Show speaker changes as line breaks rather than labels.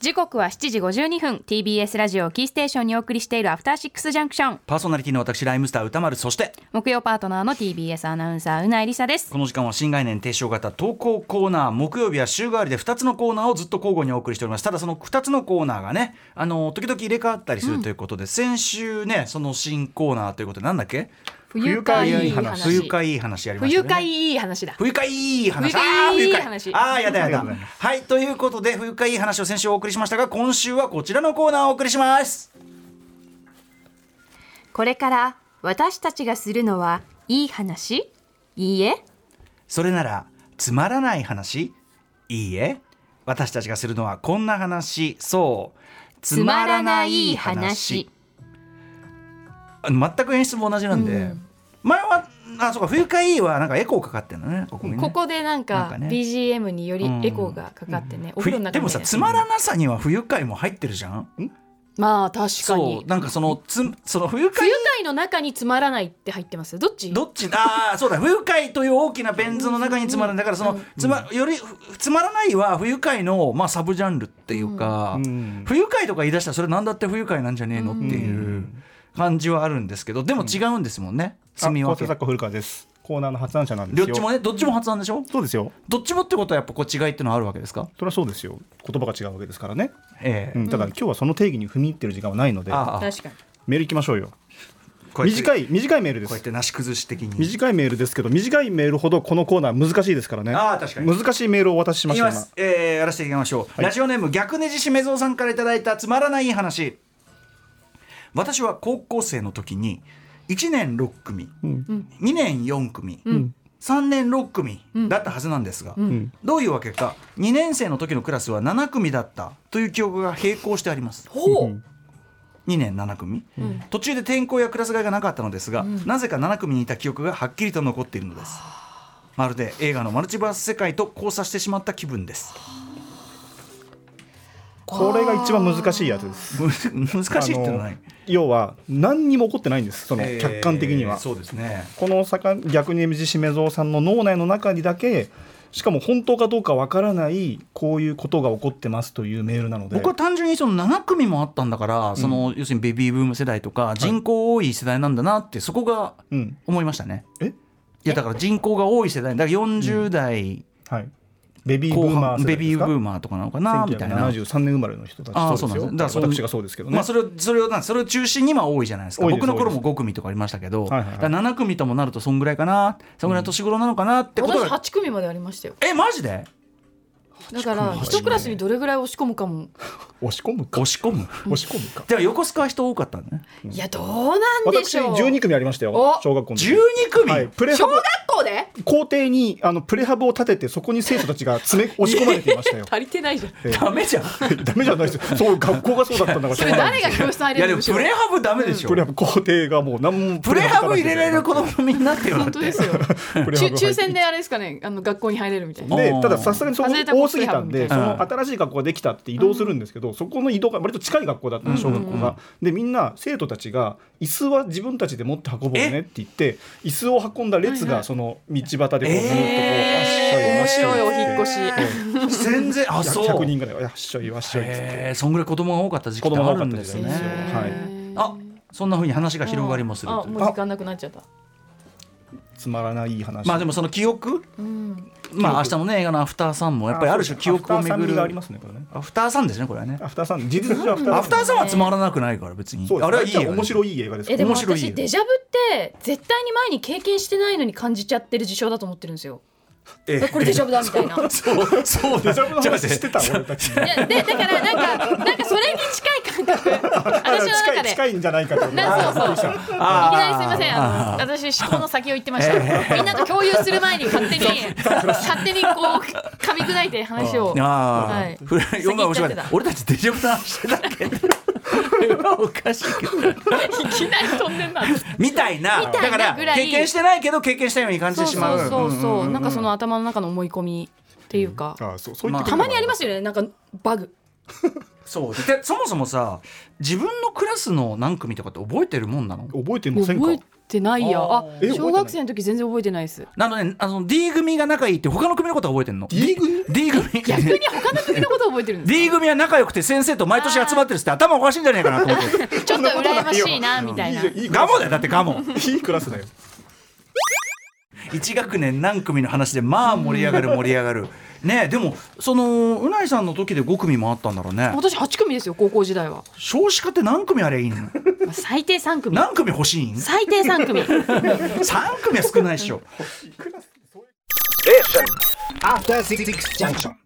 時刻は7時52分 TBS ラジオをキーステーションにお送りしているアフターシックスジャンクション
パーソナリティの私ライムスター歌丸そして
木曜パートナーの TBS アナウンサーうなえりさです
この時間は新概念提唱型投稿コーナー木曜日は週替わりで2つのコーナーをずっと交互にお送りしておりますただその2つのコーナーがねあの時々入れ替わったりするということで、先週ねその新コーナーということでなんだっけ
不愉快いい話
不愉快いい話やり
不
ま
愉
したよね
快いい話だ
不愉快いい話
不愉快いい
あー
話
不愉快あーやだやだはいということで不愉快いい話を先週お送りしましたが今週はこちらのコーナーをお送りします
これから私たちがするのはいい話いいえ
それならつまらない話いいえ私たちがするのはこんな話そうつあの全く演出も同じなんで、
うん
前はあそうか不愉快はなんかエコーかかってんのねここにね
ここでなん
なん
か
かね
BGM によりエコーがかかってね、お風呂の中
でもさつまらなさには不愉快も入ってるじゃん
まあ確か
そ
に
うなんかそのつその不愉
不
快
愉快の中につまらないって入ってますどっち
どっち ああそうだ不愉快という大きなベン図の中につまるだからそのつまよりふつまらないは不愉快のまあサブジャンルっていうか、
うん
不愉快とか言い出したらそれ何だって不愉快なんじゃねえのっていう感じはあるんですけどでも違うんですもんね
あ
住み分
構成
け
作家古川です。コーナーの発案者なんです
ど
よ。
っちもねどっちも発案でしょ
そうですよ。
どっちもってことはやっぱこう違いってのはあるわけですか
それはそうですよ。言葉が違うわけですからね。
ええ
うん、ただ今日はその定義に踏み入ってる時間はないので、
ああこ
確かに
メール行きましょう
う
よ。
やって
短い短いメールで
こうやっ
す。
てなし崩し的に
短いメールですけど、短いメールほどこのコーナー難しいですからね。
ああ確かに
難しいメールをお渡ししま
いき
した
ま
今
す。えー、やらせていきましょう、
い
ラジオネーム逆ねじしめぞうさんからいただいたつまらない話私は高校生の時に1年6組、2年4組、3年6組だったはずなんですが、
ん
どういうわけか2年生の時のクラスは7組だったという記憶が並行してあります
ほう、
2年7組、途中で転校やクラス替えがなかったのですが、なぜか7組にいた記憶がはっきりと残っているのですまるで映画のマルチバース世界と交差してしまった気分です
これが一番難しいやつです。
む難しいってのはな
あ
い
の要は何にも起こってないんです。その
えー
客観的には。
そうですね
この坂逆に MG しめぞうさんの脳内の中にだけしかも本当かどうかわからないこういうことが起こってますというメールなので
僕は単純にその7組もあったんだから、その要するにベビーブーム世代とか人口多い世代なんだなってそこが
うん
思いましたね、
え
いやだから人口が多い世代だから40代
はいベビーブ
後
ーマー
半、
世代
ベ
で
ビ
す
ー
か
ブーマーとかなのかなみたいな
1973年生まれの人た
あー
ちそうです
そう
よ
なん
だ
ですだから
から私がそうですけどね、
まあ、それをそれをなんそれを中心にまあ多いじゃないですか
多いです
僕の頃も5組とかありましたけど、
いはいはい
だから7組ともなるとそんぐらいかなそんぐらいの年頃なのかなってこと
私
が、
8組までありましたよ
えマジで
だから
八組
一クラスにどれぐらい押し込むかも、
押し込むか
押し込 む
押し込むか
では横須賀は人多かったんだね
いやどうなんで
私
しょう
12組ありましたよ
お
小学校の時
12組、
はい、プレハ
小
ブ
学校 で
校庭にあのプレハブを立ててそこに生徒たちが詰め押し込まれてい ましたよ
足りてないじゃん
ダメじゃん
ダメじゃないですよそう学校がそうだったんだから
それ誰が教室入
いや
れ
で
る
も
ん
プレハブダメでしょ、
プレハブ校庭がもう何も
プレハブ入れられる子
と
供のみんなってよだっ
本
て
当ですよ
プレハブ入
中
って
抽選であれですかねあの学校に入れるみたいな
お
で
うん
たださすがにそこ
外れた子
多すぎたん
プレ
ハ
でそ
ブみたいな
の新しい学校ができたって移動するんですけど、そこの移動が割と近い学校だったの小学校が、でみんな生徒たちが椅子は自分たちで持って運ぼうねって言って椅子を運んだ列がその道端でこうずっとこう、
えー
あっしょいわっしょい
お引っ越し
全然あ
そ
そう
100
う
人ぐらいわっしょいわっしょいっつって、
へえそんぐらい子供が多かった時期ってあるんですね
子供が多かったですよはい
あそんなふうに話が広がりもする
あ
という
もう時間なくなっちゃった
つまらない話
まあでもその記憶
うん
まあ明日のね映画のアフターさんもやっぱりある種記憶を
アフタ
巡
ーさん味
る
がありますねこれね
アフターさんですねこれはね
アフターさん事実上アフターさん
アフターさんはつまらなくないから別に
そうです
あれはいい
あれは面
い
白い映画です
えでも
面白いよ
私デジャブって絶対に前に経験してないのに感じちゃってる事象だと思ってるんです よ。
ええ
これデジャブだみたいな。
そうそう
デジャブの
じゃあ
話してた俺たち
いやでだからなんかなんかそれに近い感 覚。私の
近
中
い
で。
近いんじゃないかと思う
なそうそう。いき
あー
なりすみません。あの私思考の先を言ってました。みんなと共有する前に勝手に 勝手にこう噛み砕いて話を。
あ
はい
あ、ふら世の中
先
面白かっ
行っちゃったてた
俺たちデジャブの話してたっけこれはおかしいけど
いきなり飛んでんな。
みたいな
みたいな
だから
ぐらい
経験してないけど経験したように感じ
そ
て
う
しまう
そうそう
うん
そう。なんかその頭の中の思い込みっていうか。
あそうそう言って
た
くれる
まにありますよね。なんかバグ。
そうでそもそもさ自分のクラスの何組とかって覚えてるもんなの
覚えてませんか
覚えてないやあ
あ
え
小学生の時全然覚えてないです
なのであの D 組が仲いいって他の組のことは覚えてんの
D 組
D 組
逆に他の国のこと覚えてるんです
D 組は仲良くて先生と毎年集まってるっつって頭おかしいんじゃないかなと思って
ちょっと羨ましいなみたいな
じゃんいいク
ガ
ラ
モだよだってガモ
スいいクラスだよ
1学年何組の話でまあ盛り上がる盛り上がるねえでもそのうないさんの時で5組もあったんだろうね
私8組ですよ高校時代は
少子化って何組あれいいの
まあ最低3組
何組欲しいん
最低3組
3組は少ないっしょ
After Six Junction.